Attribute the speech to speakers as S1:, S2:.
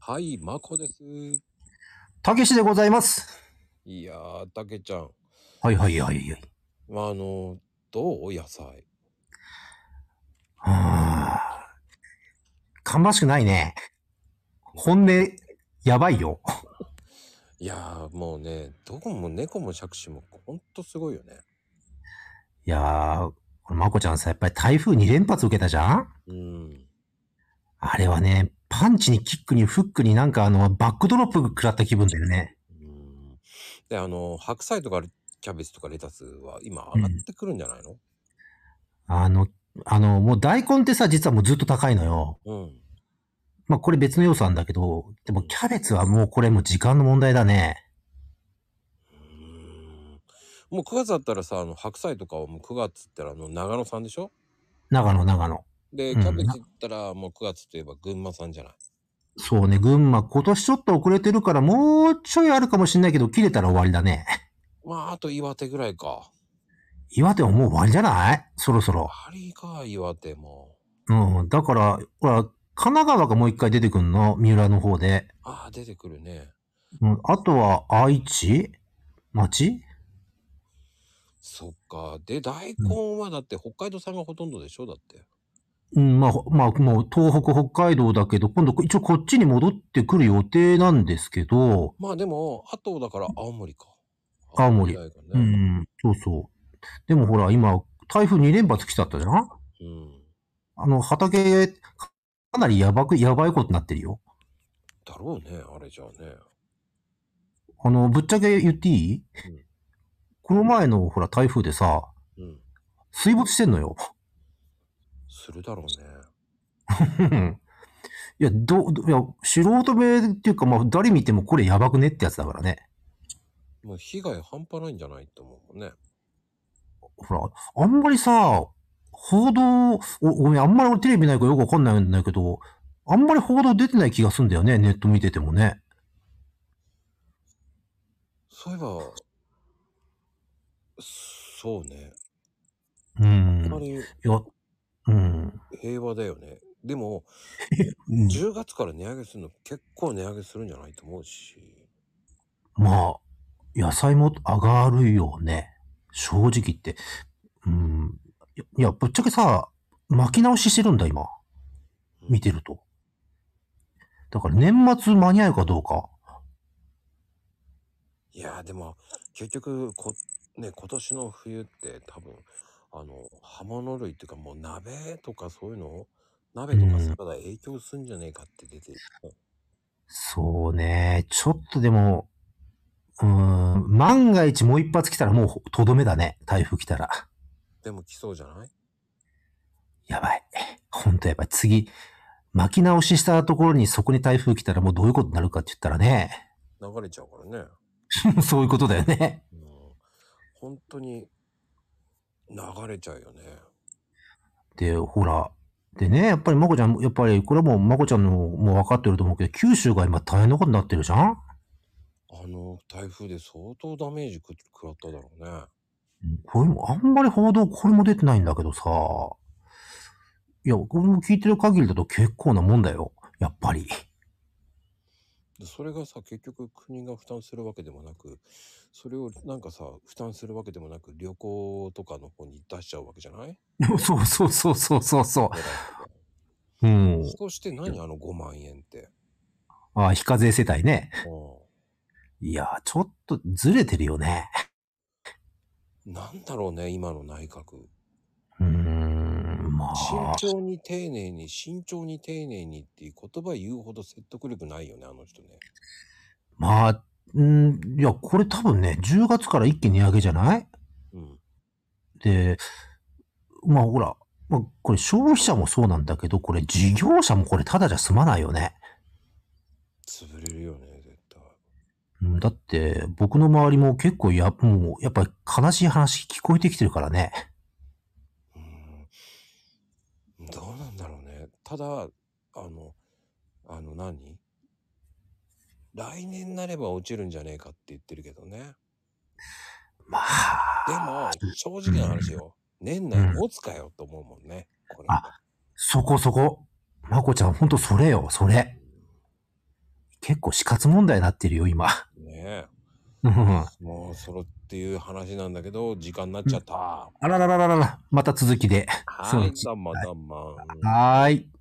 S1: はい、まこです。
S2: たけしでございます。
S1: いやー、たけちゃん。
S2: はいはいはいはい。
S1: まあ、あの、どう野菜。
S2: はあ。芳しくないね。本音、やばいよ。
S1: いやー、もうね、どこも猫も借子もほんとすごいよね。
S2: いやー、これまこちゃんさ、やっぱり台風2連発受けたじゃん
S1: うん。
S2: あれはね、パンチにキックにフックになんかあの、バックドロップ食らった気分だよね。
S1: うんで、あの、白菜とかキャベツとかレタスは今上がってくるんじゃないの、
S2: あの、あの、もう大根ってさ、実はもうずっと高いのよ。
S1: うん。
S2: まあこれ別の要素なんだけど、でもキャベツはもうこれもう時間の問題だね。
S1: うんもう9月だったらさ、あの、白菜とかはもう9月って言ったらあの、長野産でしょ
S2: 長野、長野。
S1: で、
S2: う
S1: キ
S2: ん
S1: ャベツって言ったらもう9月といえば群馬産じゃない。
S2: そうね、群馬、今年ちょっと遅れてるから、もうちょいあるかもしれないけど、切れたら終わりだね。
S1: まあ、あと岩手ぐらいか。
S2: 岩手はもう終わりじゃないそろそろ。
S1: ありか、岩手も。
S2: うん。だから、ほら、神奈川がもう一回出てくんの三浦の方で。
S1: ああ、出てくるね。
S2: うん。あとは、愛知町
S1: そっか。で、大根はだって北海道産がほとんどでしょだって。
S2: うん、まあ、ほまあ、もう東北、北海道だけど、今度、一応こっちに戻ってくる予定なんですけど、
S1: まあでも、あとだから青森か。
S2: 青森
S1: 青森
S2: う
S1: 大根ね。
S2: ん、そうそう。でもほら、今、台風2連発来ちゃったじゃん
S1: うん。
S2: あの、畑、かなりやばく、やばいことになってるよ。
S1: だろうね、あれじゃあね。
S2: あの、ぶっちゃけ言っていい、
S1: うん
S2: この前のほら台風でさ、
S1: うん。
S2: 水没してんのよ。
S1: するだろうね。
S2: いや、ど、どいや、素人目っていうか、まあ、誰見てもこれやばくねってやつだからね。
S1: もう被害半端ないんじゃないと思うもんね。
S2: ほら、あんまりさ、報道、お、ごめん、あんまり俺テレビないからよくわかんないんだけど、あんまり報道出てない気がすんだよね、ネット見ててもね。
S1: そういえば、そうね。
S2: う
S1: あんま
S2: ん。い
S1: り
S2: や、うん。
S1: 平和だよね。でも、
S2: うん
S1: 10月から値上げするの結構値上げするんじゃないと思うし。
S2: まあ、野菜も上がるよね。正直言って。うん。いやいや、ぶっちゃけさ、巻き直ししてるんだ、今。見てると。だから年末間に合うかどうか。
S1: いやーでも結局こ、ね、今年の冬って多分あの刃物類っていうかもう鍋とかそういうの鍋とか魚影響するんじゃねえかって出てる、
S2: そうね。ちょっとでも、うーん、万が一もう一発来たらもうとどめだね。台風来たら。
S1: でも来そうじゃない
S2: やばい。ほんとやばい。次、巻き直ししたところにそこに台風来たらもうどういうことになるかって言ったらね。
S1: 流れちゃうからね、
S2: そういうことだよね。
S1: うん、本当に流れちゃうよね
S2: で、ほら、でね、やっぱりまこちゃん、やっぱりこれはもうまこちゃんのもう分かってると思うけど、九州が今大変なことになってるじゃん
S1: あの台風で相当ダメージ食食らっただろうね
S2: これも、あんまり報道、これも出てないんだけどさ。いや、これも聞いてる限りだと結構なもんだよ。やっぱり。
S1: でそれがさ結局国が負担するわけでもなくそれをなんかさ負担するわけでもなく旅行とかの方に出しちゃうわけじゃない
S2: そうそうそうそうそうそ
S1: 狙って
S2: う。うん。
S1: そして何あの5万円って。
S2: ああ、非課税世帯ね。
S1: う
S2: いや、ちょっとずれてるよね。
S1: ん。なんだろうね、今の内閣。
S2: うーん、まあ。
S1: 慎重に丁寧に、慎重に丁寧にっていう言葉言うほど説得力ないよね、あの人ね。
S2: まあ、うん、いや、これ多分ね、10月から一気に値上げじゃない
S1: うん。
S2: で、まあほら、まあこれ消費者もそうなんだけど、これ事業者もこれただじゃ済まないよね。
S1: 潰れるよね、絶対。
S2: うんだって、僕の周りも結構や、もう、やっぱり悲しい話聞こえてきてるからね。
S1: うん。どうなんだろうね。ただ、あの、あの何来年になれば落ちるんじゃねえかって言ってるけどね。
S2: まあ、
S1: でも、正直な話よ。年内持つかよと思うもんね。これ。
S2: あそこそこ。まこちゃん、ほんとそれよ、それ。結構死活問題になってるよ、今。
S1: ね
S2: うん
S1: え。もうそれっていう話なんだけど、時間になっちゃった。
S2: あらららららら、また続きで。
S1: はい、だ
S2: そう
S1: んまだんま。
S2: はーい。